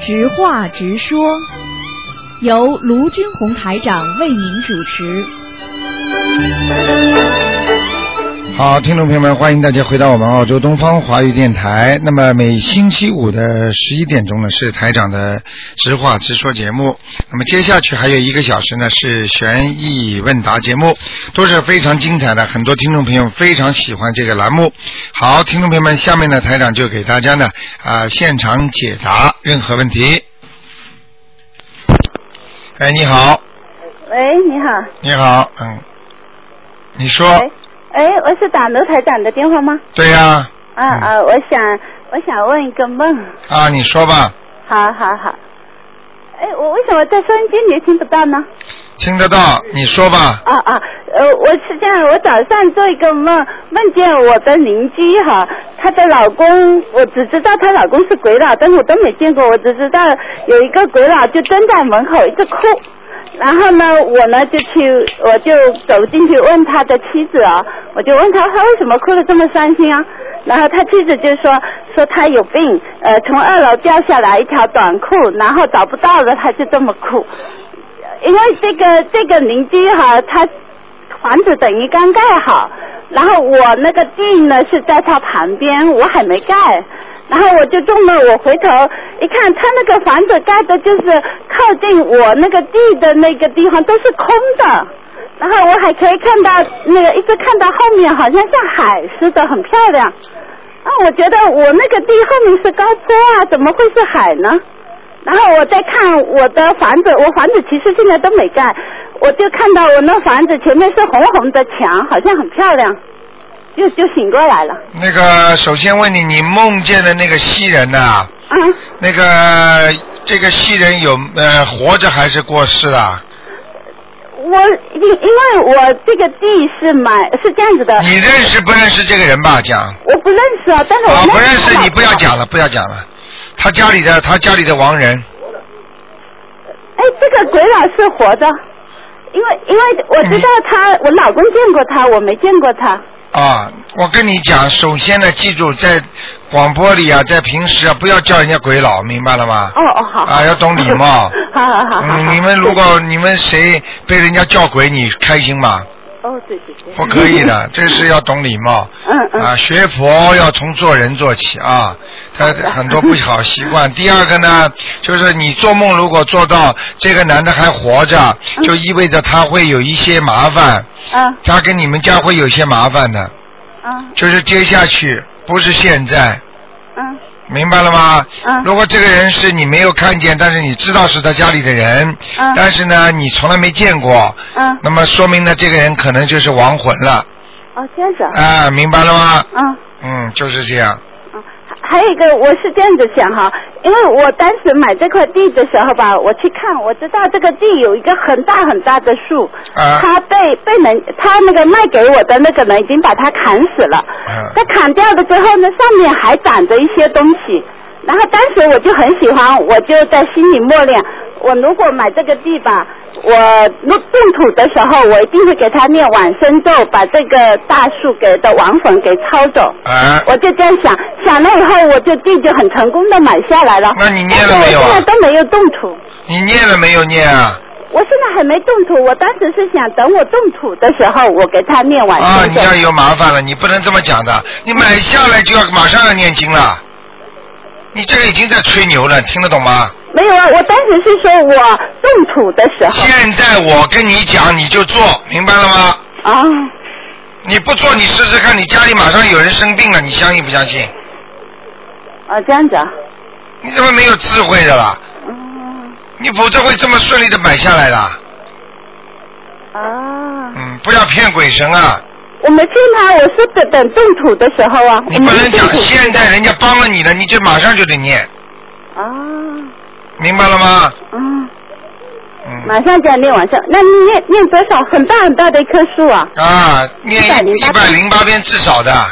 直话直说，由卢军红台长为您主持。好，听众朋友们，欢迎大家回到我们澳洲东方华语电台。那么每星期五的十一点钟呢，是台长的直话直说节目。那么接下去还有一个小时呢，是悬疑问答节目，都是非常精彩的，很多听众朋友非常喜欢这个栏目。好，听众朋友们，下面呢，台长就给大家呢啊、现场解答任何问题。哎，你好，喂，你好，你好，嗯，你说喂，，哎，我是打卢台长的电话吗？对呀、啊，啊啊，我想我想问一个梦，啊你说吧，好好好。哎，我为什么在收音机里听不到呢？听得到，你说吧。啊啊，呃，我是这样，我早上做一个梦，梦见我的邻居哈，她的老公，我只知道她老公是鬼佬，但是我都没见过，我只知道有一个鬼佬就蹲在门口一直哭。然后呢，我呢就去，我就走进去问他的妻子啊，我就问他他为什么哭得这么伤心啊？然后他妻子就说说他有病，呃，从二楼掉下来一条短裤，然后找不到了，他就这么哭。因为这个这个邻居哈、他房子等于刚盖好，然后我那个地呢是在他旁边，我还没盖。然后我就中了，我回头一看，他那个房子盖的就是靠近我那个地的那个地方都是空的，然后我还可以看到那个一直看到后面好像像海似的，很漂亮。啊，我觉得我那个地后面是高坡啊，怎么会是海呢？然后我再看我的房子，我房子其实现在都没盖，我就看到我那房子前面是红红的墙，好像很漂亮，就就醒过来了。那个，首先问你，你梦见的那个西人呐、嗯，那个这个西人有呃活着还是过世啊了？我因因为我这个地是买是这样子的，你认识不认识这个人吧？讲我不认识啊，但是我、啊，不认识你不要。讲了，不要讲了。他家里的他家里的亡人，哎，这个鬼佬是活的，因为因为我知道他，我老公见过他，我没见过他。啊，我跟你讲，首先呢，记住在广播里啊，在平时啊，不要叫人家鬼佬，明白了吗？哦哦，好。啊要懂礼貌 好好好好。嗯，你们如果你们谁被人家叫鬼，你开心吗？哦，对对对。不可以 的，这是要懂礼貌。嗯嗯啊，学佛要从做人做起啊，他很多不好习 惯。第二个呢，就是你做梦如果做到这个男的还活着，就意味着他会有一些麻烦，嗯他跟你们家会有一些麻烦的，嗯就是接下去不是现在，嗯明白了吗？嗯如果这个人是你没有看见，但是你知道是他家里的人，嗯但是呢你从来没见过，嗯。那么说明呢这个人可能就是亡魂了。哦，这样子啊。啊，明白了吗？嗯。嗯，就是这样。嗯还还有一个，我是这样子想哈，因为我当时买这块地的时候吧，我去看，我知道这个地有一个很大很大的树，啊他被被人，他那个卖给我的那个人已经把它砍死了，嗯他砍掉了之后呢，上面还长着一些东西，然后当时我就很喜欢，我就在心里默念，我如果买这个地吧，我入动土的时候，我一定会给他念往生咒，把这个大树给的亡魂给抄走。啊，我就这样想，想了以后，我就地就很成功的买下来了。那你念了没有啊但是我现在都没有动土，你念了没有念啊？我现在还没动土。我当时是想等我动土的时候，我给他念完。啊，对你不对要有麻烦了，你不能这么讲的。你买下来就要马上要念经了，你这个已经在吹牛了，听得懂吗？没有啊？我当时是说我动土的时候现在我跟你讲，你就做，明白了吗？啊，你不做，你试试看，你家里马上有人生病了，你相信不相信？啊这样子啊，你怎么没有智慧的啦？嗯你否则会这么顺利的买下来的。啊，嗯，不要骗鬼神啊！我没骗他，我是等等动土的时候啊。你我不没能动讲土现在人家帮了你了，你就马上就得念，啊，明白了吗？嗯，嗯。马上就要念完上，那你念念多少？很大很大的一棵树啊啊，念一一108百零八遍至少的，啊。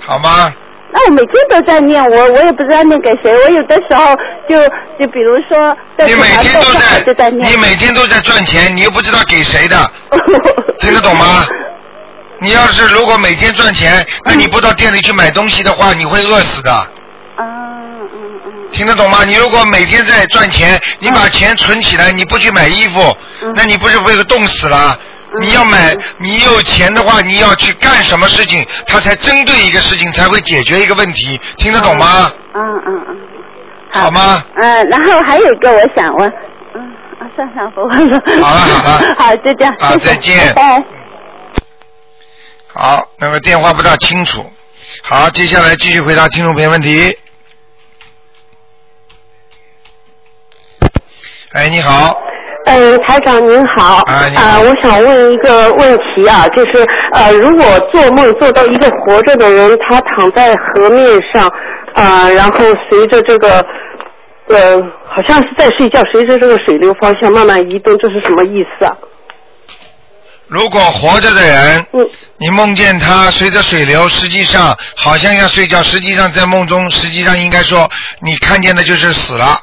好吗？那我每天都在念，我我也不知道念给谁。我有的时候就就比如说在你每天都在就在，念，你 每天都在赚钱，你又不知道给谁的。听得懂吗？你要是如果每天赚钱，那你不到店里去买东西的话，你会饿死的。啊嗯嗯嗯。听得懂吗？你如果每天在赚钱，你把钱存起来，你不去买衣服，那你不是会冻死了？你要买，你有钱的话，你要去干什么事情，它才针对一个事情，才会解决一个问题，听得懂吗？嗯嗯嗯。好吗？嗯，然后还有一个我想问，嗯，啊，算了，不问了。好了好 了好，就这样。好谢谢再见拜拜。好，那个电话不大清楚。好，接下来继续回答听众朋友问题。哎，你好，嗯，台长您好，啊你好呃，我想问一个问题啊，就是呃，如果做梦做到一个活着的人，他躺在河面上，呃，然后随着这个，呃，好像是在睡觉，随着这个水流方向慢慢移动，这是什么意思啊？如果活着的人，嗯你梦见他随着水流，实际上好像要睡觉，实际上在梦中，实际上应该说你看见的就是死了，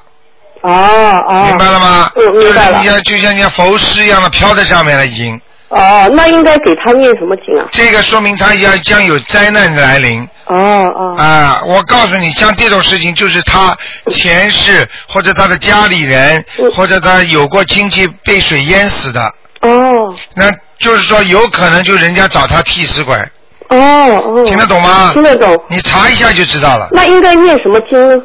哦哦，明白了吗？嗯，明白就了是你。像就像像浮尸一样的飘在上面了，已经。哦，那应该给他念什么经啊？这个说明他要将有灾难来临。哦哦啊，我告诉你，像这种事情，就是他前世或者他的家里人，或者他有过亲戚被水淹死的，哦那就是说有可能就人家找他替死鬼，哦哦，听得懂吗听？得懂。你查一下就知道了。那应该念什么经呢？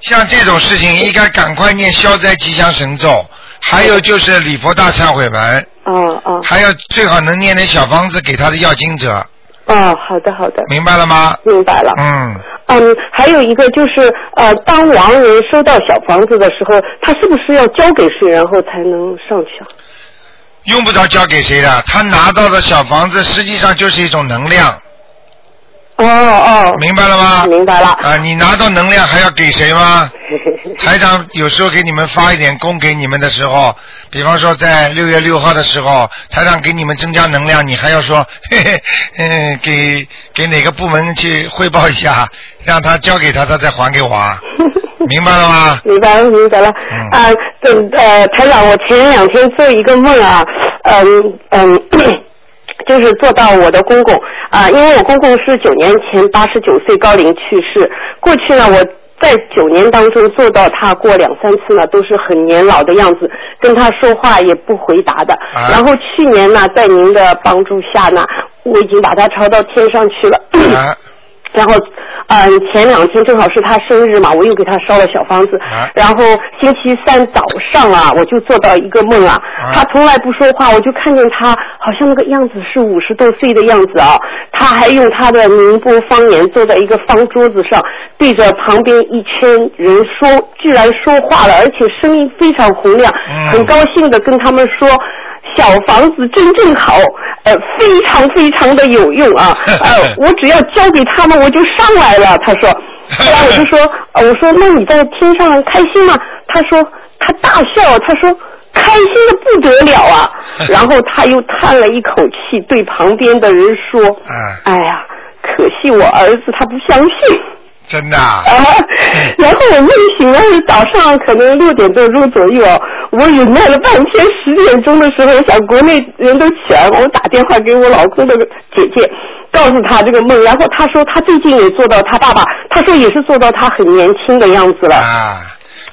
像这种事情，应该赶快念消灾吉祥神咒，还有就是礼佛大忏悔文，哦哦还有最好能念点小房子给他的要经者，哦，好的好的，明白了吗？明白了。嗯，嗯，还有一个就是，呃，当亡人收到小房子的时候，他是不是要交给谁，然后才能上去啊？用不着交给谁的，他拿到的小房子实际上就是一种能量。哦哦，明白了吗？明 白了。啊，你拿到能量还要给谁吗？台长有时候给你们发一点功给你们的时候，比方说在六月六号的时候，台长给你们增加能量，你还要说， 嘿嘿，嗯，给给哪个部门去汇报一下，让他交给他，他再还给我啊，明白了 吗？明白了，明白了。嗯啊，嗯呃，台长，我前两天做一个梦啊，嗯嗯。就是做到我的公公啊、因为我公公是九年前八十九岁高龄去世。过去呢，我在九年当中做到他过两三次呢，都是很年老的样子，跟他说话也不回答的。啊然后去年呢，在您的帮助下呢，我已经把他抄到天上去了。 啊，然后，嗯、前两天正好是他生日嘛，我又给他烧了小房子。啊然后星期三早上啊，我就做到一个梦啊，啊他从来不说话，我就看见他好像那个样子是五十多岁的样子啊，他还用他的宁波方言坐在一个方桌子上，对着旁边一圈人说，居然说话了，而且声音非常洪亮，嗯很高兴的跟他们说。小房子真正好，呃，非常非常的有用 啊，呃，我只要交给他们，我就上来了。他说，后来我就说，呃我说那你在天上开心吗？他说他大笑，他说开心的不得了啊。然后他又叹了一口气，对旁边的人说嗯，哎呀，可惜我儿子他不相信。真的 啊，啊，然后我梦醒了，早上可能六点多钟左右，我忍耐了半天，十点钟的时候，我想国内人都起来了，我打电话给我老公的姐姐，告诉她这个梦，然后她说她最近也做到她爸爸，她说也是做到她很年轻的样子了。啊，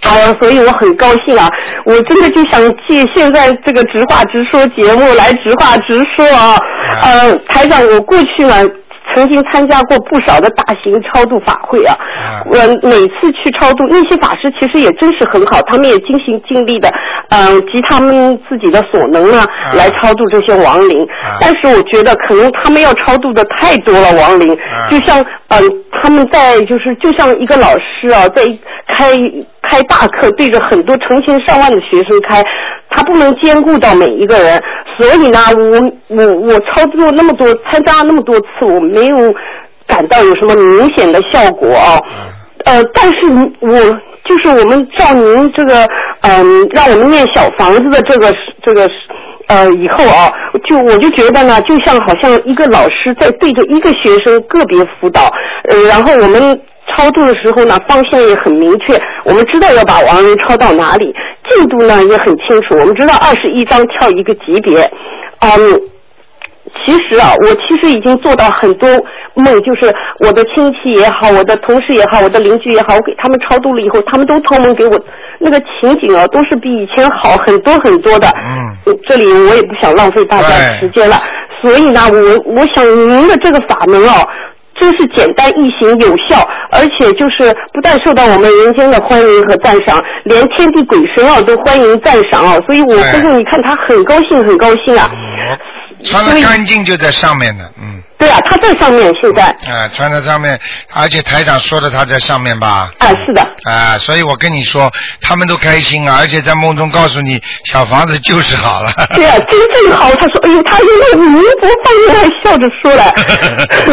哎呀，所以我很高兴啊！我真的就想借现在这个直话直说节目来直话直说啊。呃，台长，我过去呢曾经参加过不少的大型超度法会啊啊，我每次去超度，那些法师其实也真是很好，他们也尽心尽力的，嗯、集他们自己的所能啊，啊来超度这些亡灵。啊但是我觉得可能他们要超度的太多了，亡灵，啊就像嗯、他们在就是就像一个老师啊，在开开大课，对着很多成千上万的学生开，他不能兼顾到每一个人，所以呢，我我我操作那么多，参加了那么多次，我没有感到有什么明显的效果啊。呃，但是我就是我们照您这个，嗯、让我们念小房子的这个这个，呃，以后啊，就我就觉得呢，就像好像一个老师在对着一个学生个别辅导，呃，然后我们超度的时候呢，方向也很明确，我们知道要把亡人超到哪里，进度呢也很清楚，我们知道二十一章跳一个级别，嗯。其实啊，我其实已经做到很多梦，就是我的亲戚也好，我的同事也好，我的邻居也好，我给他们超度了以后，他们都托梦给我，那个情景啊，都是比以前好很多很多的。嗯，这里我也不想浪费大家对时间了，所以呢，我我想您的这个法门啊。真是简单易行有效，而且就是不但受到我们人间的欢迎和赞赏，连天地鬼神啊都欢迎赞赏啊！所以我对姑姑，你看她很高兴，很高兴啊！嗯穿的干净就在上面呢，嗯，对啊，她在上面现在啊，穿在上面，而且台长说的他在上面吧，啊，是的，啊，所以我跟你说，他们都开心啊，而且在梦中告诉你，小房子就是好了。 对啊，真正好。她说，哎呦，她用那个民族方言还笑着说了。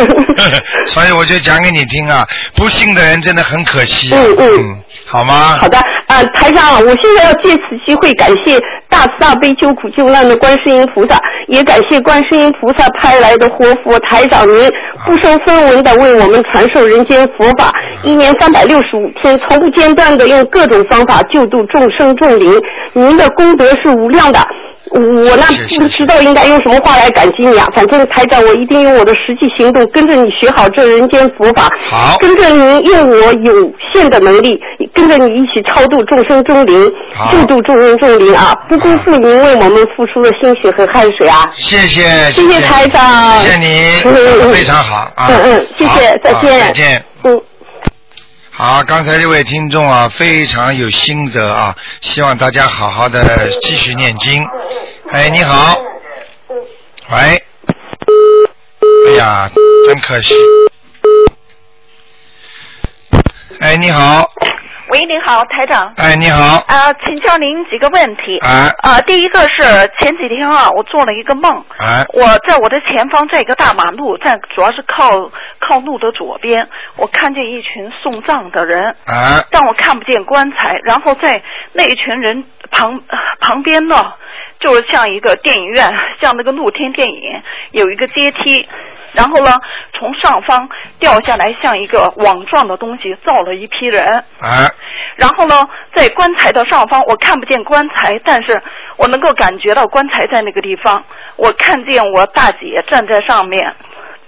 所以我就讲给你听啊，不信的人真的很可惜、啊。嗯嗯嗯，好吗？好的，啊，台长啊，我现在要借此机会感谢大慈大悲救苦救难的观世音菩萨，也感谢观世音菩萨派来的活佛台长您不收分文的为我们传授人间佛法，嗯一年三百六十五天，从不间断的用各种方法救度众生众灵，您的功德是无量的。我那不知道应该用什么话来感激你啊！反正台长，我一定用我的实际行动跟着你学好这人间佛法，好跟着您用我有限的能力，跟着你一起超度众生众灵好，救度众生众灵啊！不辜负您为我们付出的心血和汗水啊！谢谢，谢谢台长谢谢你，嗯嗯嗯非常好啊。嗯嗯谢谢好再好见再见。嗯，好，刚才这位听众啊，非常有心得啊，希望大家好好的继续念经。哎，你好，喂，哎呀，真可惜。哎，你好，喂，您好，台长。哎，你好，啊，请教您几个问题。哎，啊，第一个是前几天啊，我做了一个梦，哎，我在我的前方在一个大马路，在主要是靠靠路的左边，我看见一群送葬的人，哎，但我看不见棺材。然后在那一群人旁旁边呢，就是像一个电影院，像那个露天电影，有一个阶梯。然后呢，从上方掉下来，像一个网状的东西，造了一批人。哎，然后呢，在棺材的上方，我看不见棺材，但是我能够感觉到棺材在那个地方。我看见我大姐站在上面，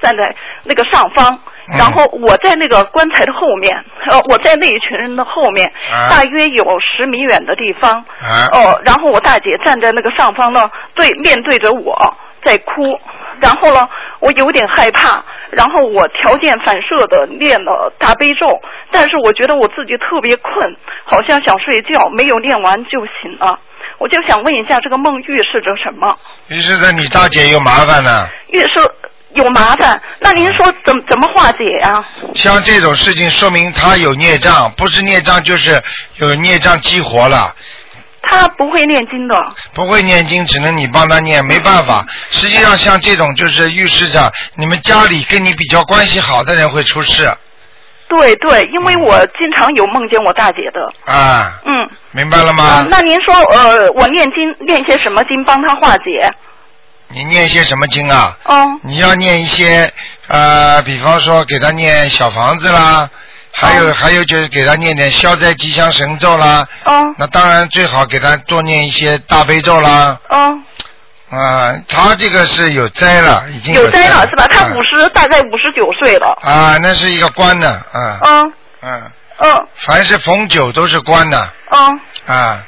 站在那个上方，嗯然后我在那个棺材的后面，呃，我在那一群人的后面，啊大约有十米远的地方。哎，哦，然后我大姐站在那个上方呢，对面对着我在哭，然后呢，我有点害怕，然后我条件反射的念了大悲咒，但是我觉得我自己特别困，好像想睡觉，没有念完就醒了。我就想问一下，这个梦预示着什么？于是呢，你大姐有麻烦了。预示有麻烦，那您说怎么怎么化解呀、像这种事情，说明她有孽障，不是孽障就是有孽障激活了。他不会念经的，不会念经，只能你帮他念，没办法。实际上，像这种就是预示着你们家里跟你比较关系好的人会出事对对，因为我经常有梦见我大姐的，啊，嗯。明白了啊吗，？嗯那您说，呃，我念经念些什么经帮他化解？你念些什么经啊？嗯，你要念一些呃，比方说给他念小房子啦，还有、哦还有就是给他念点消灾吉祥神咒啦。嗯，那当然最好给他多念一些大悲咒啦。嗯，啊、他这个是有灾了，已经有灾灾了是吧？他五十十、大概五十九岁了。啊，那是一个官呢，啊嗯嗯。嗯凡是逢九都是官的嗯啊，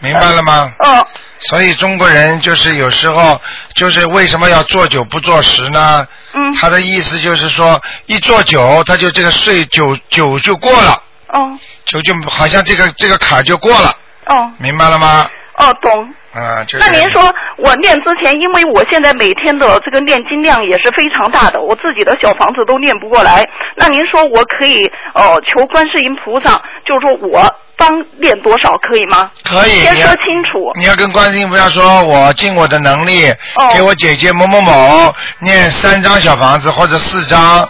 明白了吗？嗯，所以中国人就是有时候就是为什么要做九不做十呢？嗯他的意思就是说，一做九，他就这个岁九九就过了，嗯九就好像这个这个坎儿就过了，嗯明白了吗？哦，懂。啊，就是。那您说，我念之前，因为我现在每天的这个念经量也是非常大的，我自己的小房子都念不过来。那您说，我可以呃求观世音菩萨，就是说我帮念多少可以吗？可以？先你要说清楚。你要跟观世音菩萨说，我尽我的能力，哦给我姐姐某某某念三张小房子或者四张，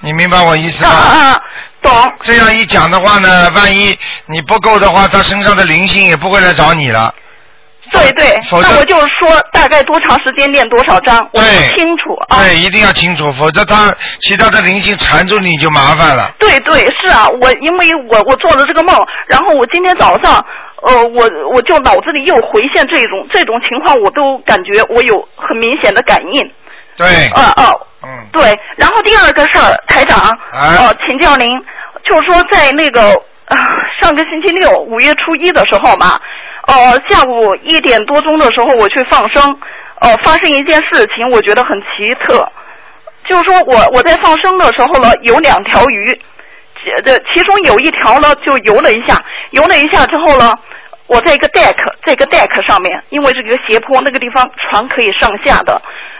你明白我意思啊吗？啊，啊懂。这样一讲的话呢，万一你不够的话，他身上的灵性也不会来找你了。对对，否则那我就是说大概多长时间练多少张，我对不清楚啊。对，一定要清楚，否则他其他的灵性缠住你就麻烦了。对对，是啊，我因为我我做了这个梦，然后我今天早上，呃，我我就脑子里又回现这种这种情况，我都感觉我有很明显的感应。对，呃哦，嗯，对。然后第二个事儿，台长，哦，请教您，就是说在那个、啊上个星期六五月初一的时候嘛，呃，下午一点多钟的时候我去放生，呃，发生一件事情，我觉得很奇特，就是说我我在放生的时候呢，有两条鱼，这这其中有一条呢就游了一下，游了一下之后呢。我在一个 deck，在一个 deck 上面，因为是一个斜坡，那个地方船可以上下的。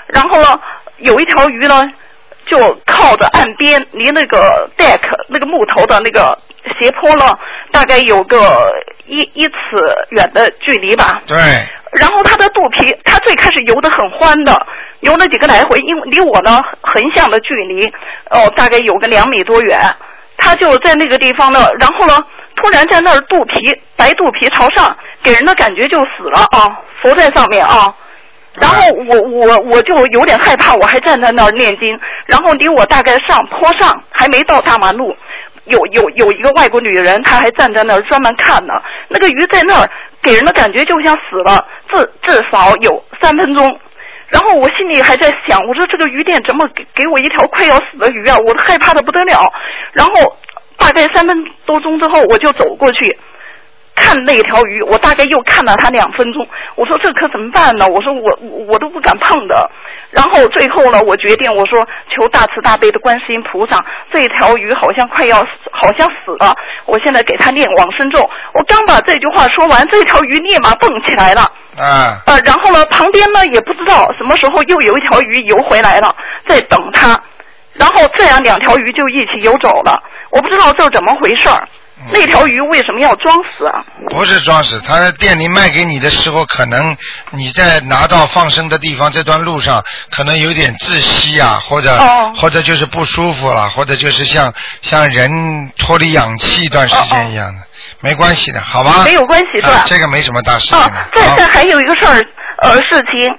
然后呢，有一条鱼呢，就靠着岸边，离那个 deck 那个木头的那个斜坡呢，大概有个一一尺远的距离吧。对，然后它的肚皮，它最开始游得很欢的，游了几个来回，因为离我呢横向的距离，哦，大概有个两米多远。它就在那个地方呢，然后呢，突然在那儿肚皮白肚皮朝上，给人的感觉就死了啊，浮在上面啊。然后我我我就有点害怕，我还站在那儿念经，然后离我大概上坡上还没到大马路，有有有一个外国女人，她还站在那儿专门看呢。那个鱼在那儿给人的感觉就像死了，至至少有三分钟。然后我心里还在想，我说这个鱼店怎么给给我一条快要死的鱼啊？我害怕的不得了。然后大概三分多钟之后，我就走过去看那条鱼，我大概又看了它两分钟。我说这可怎么办呢？我说我我我都不敢碰的。然后最后呢，我决定我说求大慈大悲的观世音菩萨，这条鱼好像快要死好像死了，我现在给它念往生咒。我刚把这句话说完，这条鱼立马蹦起来了。啊，呃，然后呢，旁边呢也不知道什么时候又有一条鱼游回来了，在等它，然后这样两条鱼就一起游走了，我不知道这怎么回事儿。那条鱼为什么要装死啊？不是装饰，他店里卖给你的时候，可能你在拿到放生的地方这段路上，可能有点窒息啊，或者、哦或者就是不舒服了，或者就是像像人脱离氧气一段时间一样的，没关系的，好吧？哦没有关系是吧啊这个没什么大事情的。啊，再再还有一个事儿，呃，事情，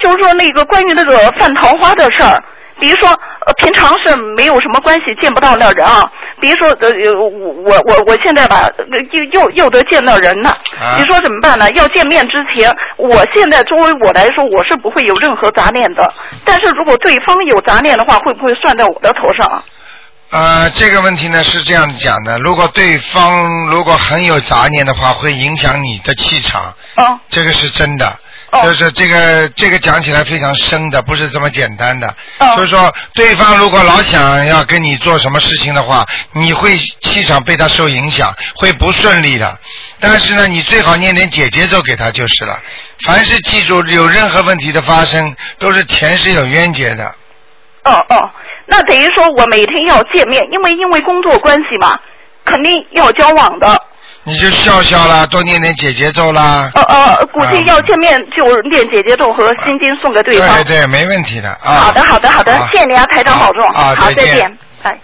就是说那个关于那个犯桃花的事儿，比如说，呃，平常是没有什么关系，见不到那人啊。比如说，呃，呃我我我我现在吧，呃又又又得见到人了。啊你说怎么办呢？要见面之前，我现在作为我来说，我是不会有任何杂念的。但是如果对方有杂念的话，会不会算在我的头上啊？呃，这个问题呢是这样讲的，如果对方如果很有杂念的话，会影响你的气场，啊，这个是真的。哦就是这个这个讲起来非常深的，不是这么简单的。哦就是说，对方如果老想要跟你做什么事情的话，你会气场被他受影响，会不顺利的。但是呢，你最好念点解结咒给他就是了。凡是记住，有任何问题的发生，都是前世有冤结的。哦哦，那等于说我每天要见面，因为因为工作关系嘛，肯定要交往的。你就笑笑啦，多念点解结咒啦。呃呃，估计要见面就念姐姐咒和心经送给对方。嗯对对，没问题的啊。好的好的好的啊，谢谢你啊，台长保重。啊，好，再再见。。哎。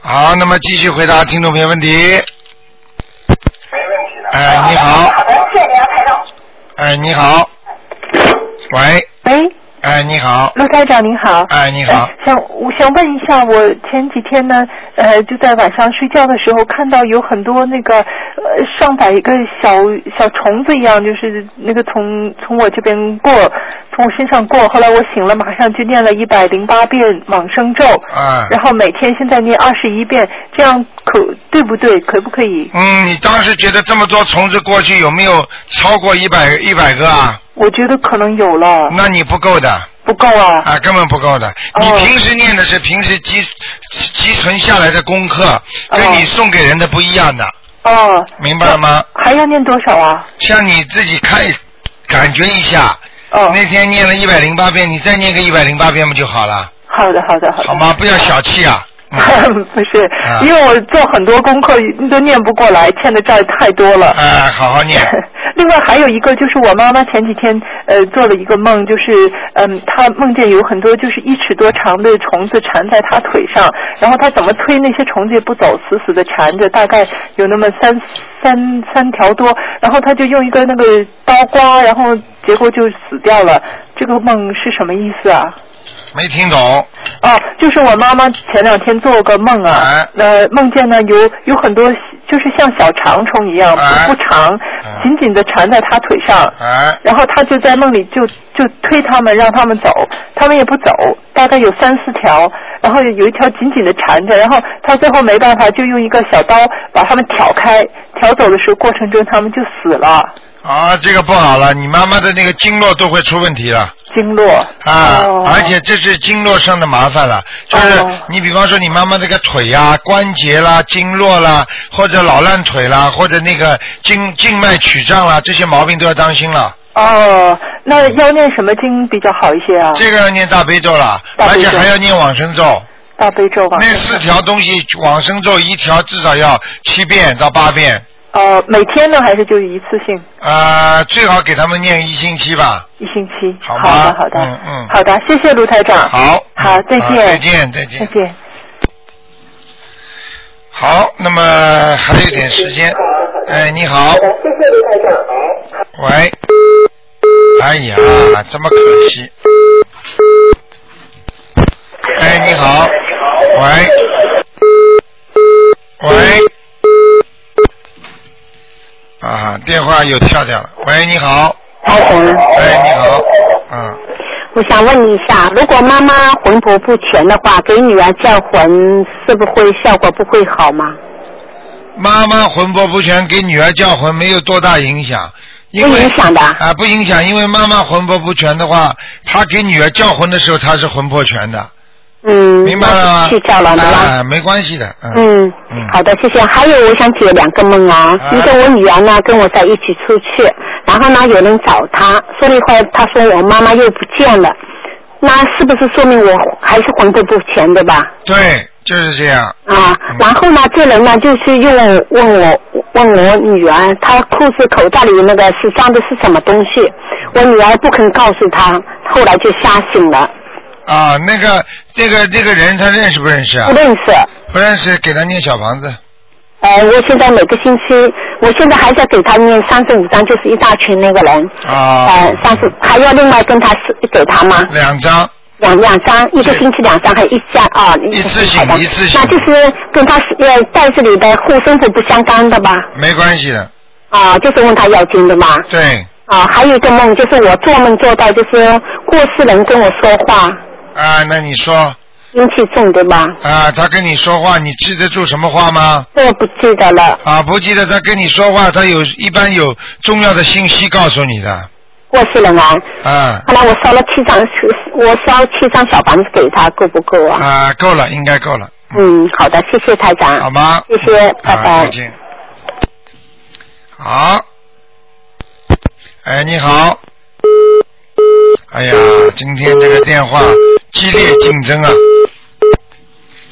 好，那么继续回答听众朋友问题。没问题的。哎，Uh, 你好。好的，谢谢您，台长。哎，你好。喂，喂，哎，你好。陆台长您好。哎，你好呃。想我想问一下，我前几天呢，呃，就在晚上睡觉的时候，看到有很多那个呃上百个小小虫子一样，就是那个从从我这边过，从我身上过。后来我醒了，马上就念了一百零八遍往生咒，啊。然后每天现在念二十一遍，这样可对不对？可不可以？嗯，你当时觉得这么多虫子过去有没有超过一百一百个啊？我觉得可能有了，那你不够的不够啊。啊，根本不够的。你哦平时念的是平时积积积存下来的功课，跟哦你送给人的不一样的，哦，明白了吗？还要念多少啊？像你自己看，感觉一下，哦，那天念了一百零八遍，你再念个一百零八遍不就好了？好的，好的，好的。好吗？不要小气啊！嗯 不是啊，因为我做很多功课都念不过来，欠的债太多了。哎，好好念。另外还有一个就是我妈妈前几天呃做了一个梦，就是嗯她梦见有很多就是一尺多长的虫子缠在她腿上，然后她怎么推那些虫子也不走，死死的缠着，大概有那么三三三条多，然后她就用一个那个刀刮，然后结果就死掉了。这个梦是什么意思啊？没听懂。哦，就是我妈妈前两天做个梦啊，哎呃，梦见呢有有很多就是像小长虫一样，不长，嗯紧紧的缠在她腿上，哎，然后她就在梦里就就推他们让他们走，他们也不走，大概有三四条，然后有一条紧紧的缠着，然后她最后没办法就用一个小刀把他们挑开，挑走的时候过程中他们就死了，啊，这个不好了，你妈妈的那个经络都会出问题了。经络。啊，哦而且这是经络上的麻烦了，就是你比方说你妈妈这个腿呀、关节啦、经络啦，或者老烂腿啦，或者那个静静脉曲张啦，这些毛病都要当心了。哦，那要念什么经比较好一些啊？这个要念大悲咒了，大而悲咒且还要念往生咒。大悲咒啊吧。那四条东西，往生咒一条至少要七遍到八遍，呃，每天呢还是就一次性啊，最好给他们念一星期吧。一星期？好好吗的，好的，嗯嗯好的，谢谢卢台长。好，啊好，再见，好再见，再见再。见。好，那么还有一点时间。哎，你好。 谢谢刘台长。喂。哎呀，这么可惜。哎，你好。喂。喂。啊，电话又跳掉了。喂，你好。台长，哎，你好。嗯，我想问你一下，如果妈妈魂魄不全的话，给女儿叫魂是不会效果不会好吗？妈妈魂魄不全，给女儿叫魂没有多大影响。因为不影响的啊、不影响，因为妈妈魂魄不全的话，她给女儿叫魂的时候，她是魂魄全的，嗯，明白了吗？去叫了啊对、吧？没关系的，嗯，嗯嗯，好的，谢谢。还有，我想解两个梦啊啊。一个我女儿呢跟我在一起出去，然后呢有人找她，说了一会儿，她说我妈妈又不见了，那是不是说明我还是魂魄不全对吧？对，就是这样，啊嗯，然后呢，这人呢就是用问我问我女儿，她裤子口袋里那个是装的是什么东西，我女儿不肯告诉她，后来就吓醒了，啊，那个这个这个人他认识不认识啊不？认识。不认识，给他念小房子，呃，我现在每个星期，我现在还在给她念三十五章，就是一大群那个人，啊呃，，三十还要另外跟她是给她吗？两张，两两张，一个是星期两张，还有一张啊，一次性好的一次性那就是跟她是呃袋子里的护身符不相干的吧？没关系的，啊，就是问她要经的嘛。对，啊，还有一个梦，就是我做梦做到，就是过世人跟我说话，啊，那你说阴气重，对吧？啊，他跟你说话，你记得住什么话吗？这个不记得了。啊，不记得他跟你说话，他有一般有重要的信息告诉你的，过世人啊，啊后来我烧了七张，我烧七张小房子给他，够不够啊？啊，够了，应该够了，嗯，好的，谢谢台长。好吗？谢谢，拜啊，拜再。见。好，哎，你好。哎呀，今天这个电话激烈竞争啊，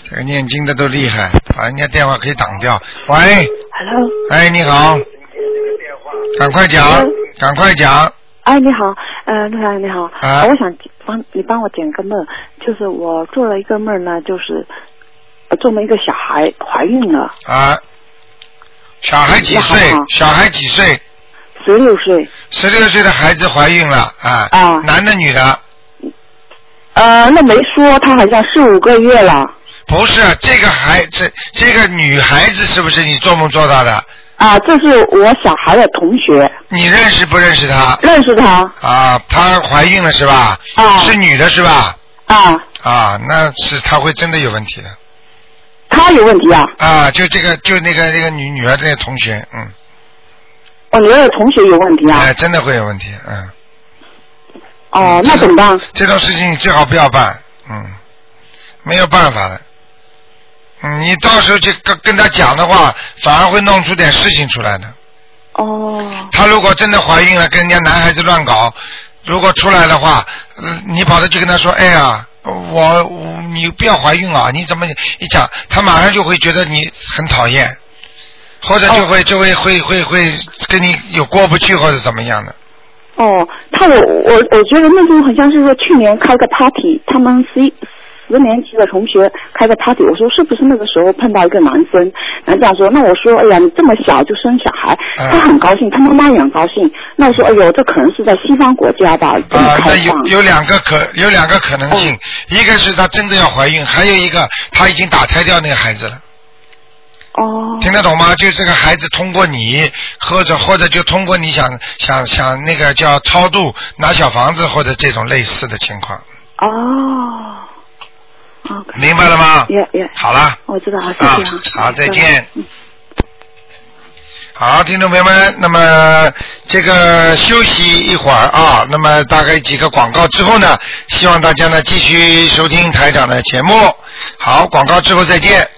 这个念经的都厉害，把人家电话可以挡掉。喂， Hello，哎，你好，赶快讲，赶快讲，哎，你好，呃，陆小姐你好，啊我想帮你帮我解个梦，就是我做了一个梦呢，就是呃做梦一个小孩怀孕了，啊，小孩几岁你好？小孩几岁？十六岁，十六岁的孩子怀孕了啊？啊男的女的？呃，那没说，她好像四五个月了，不是啊这个孩子，这个女孩子是不是你做梦做到的？啊，这是我小孩的同学，你认识不认识她？认识她啊，她怀孕了是吧？啊是女的是吧？啊，啊，那是她会真的有问题的她有问题啊，啊！就这个，就那个那个女女儿的那个同学，嗯，我女儿哦的同学有问题啊，哎，真的会有问题，嗯，哦，那怎么办？这种事情你最好不要办，嗯，没有办法的。嗯，你到时候去跟跟她讲的话，反而会弄出点事情出来的。哦，她如果真的怀孕了，跟人家男孩子乱搞，如果出来的话，嗯你跑着去跟她说，哎呀，我我你不要怀孕啊，你怎么一讲，她马上就会觉得你很讨厌，或者就会、就会会会会跟你有过不去或者怎么样的。哦，她我我我觉得那时候好像是说去年开个 party，他们十一十年级的同学开个 party，我说是不是那个时候碰到一个男生？男长说，那我说，哎呀，你这么小就生小孩，啊他很高兴，他妈妈也很高兴。那我说，哎呦，这可能是在西方国家吧，这么啊，开那放。有有两个可有两个可能性，一个是她真的要怀孕，还有一个她已经打胎掉那个孩子了。哦。听得懂吗？就这个孩子通过你，或者或者就通过你想想想那个叫超度拿小房子或者这种类似的情况，哦，啊明白了吗？也也，好了。我知道，谢啊谢啊。，好，再见。好，听众朋友们，那么这个休息一会儿啊，那么大概几个广告之后呢，希望大家呢继续收听台长的节目。好，广告之后再见。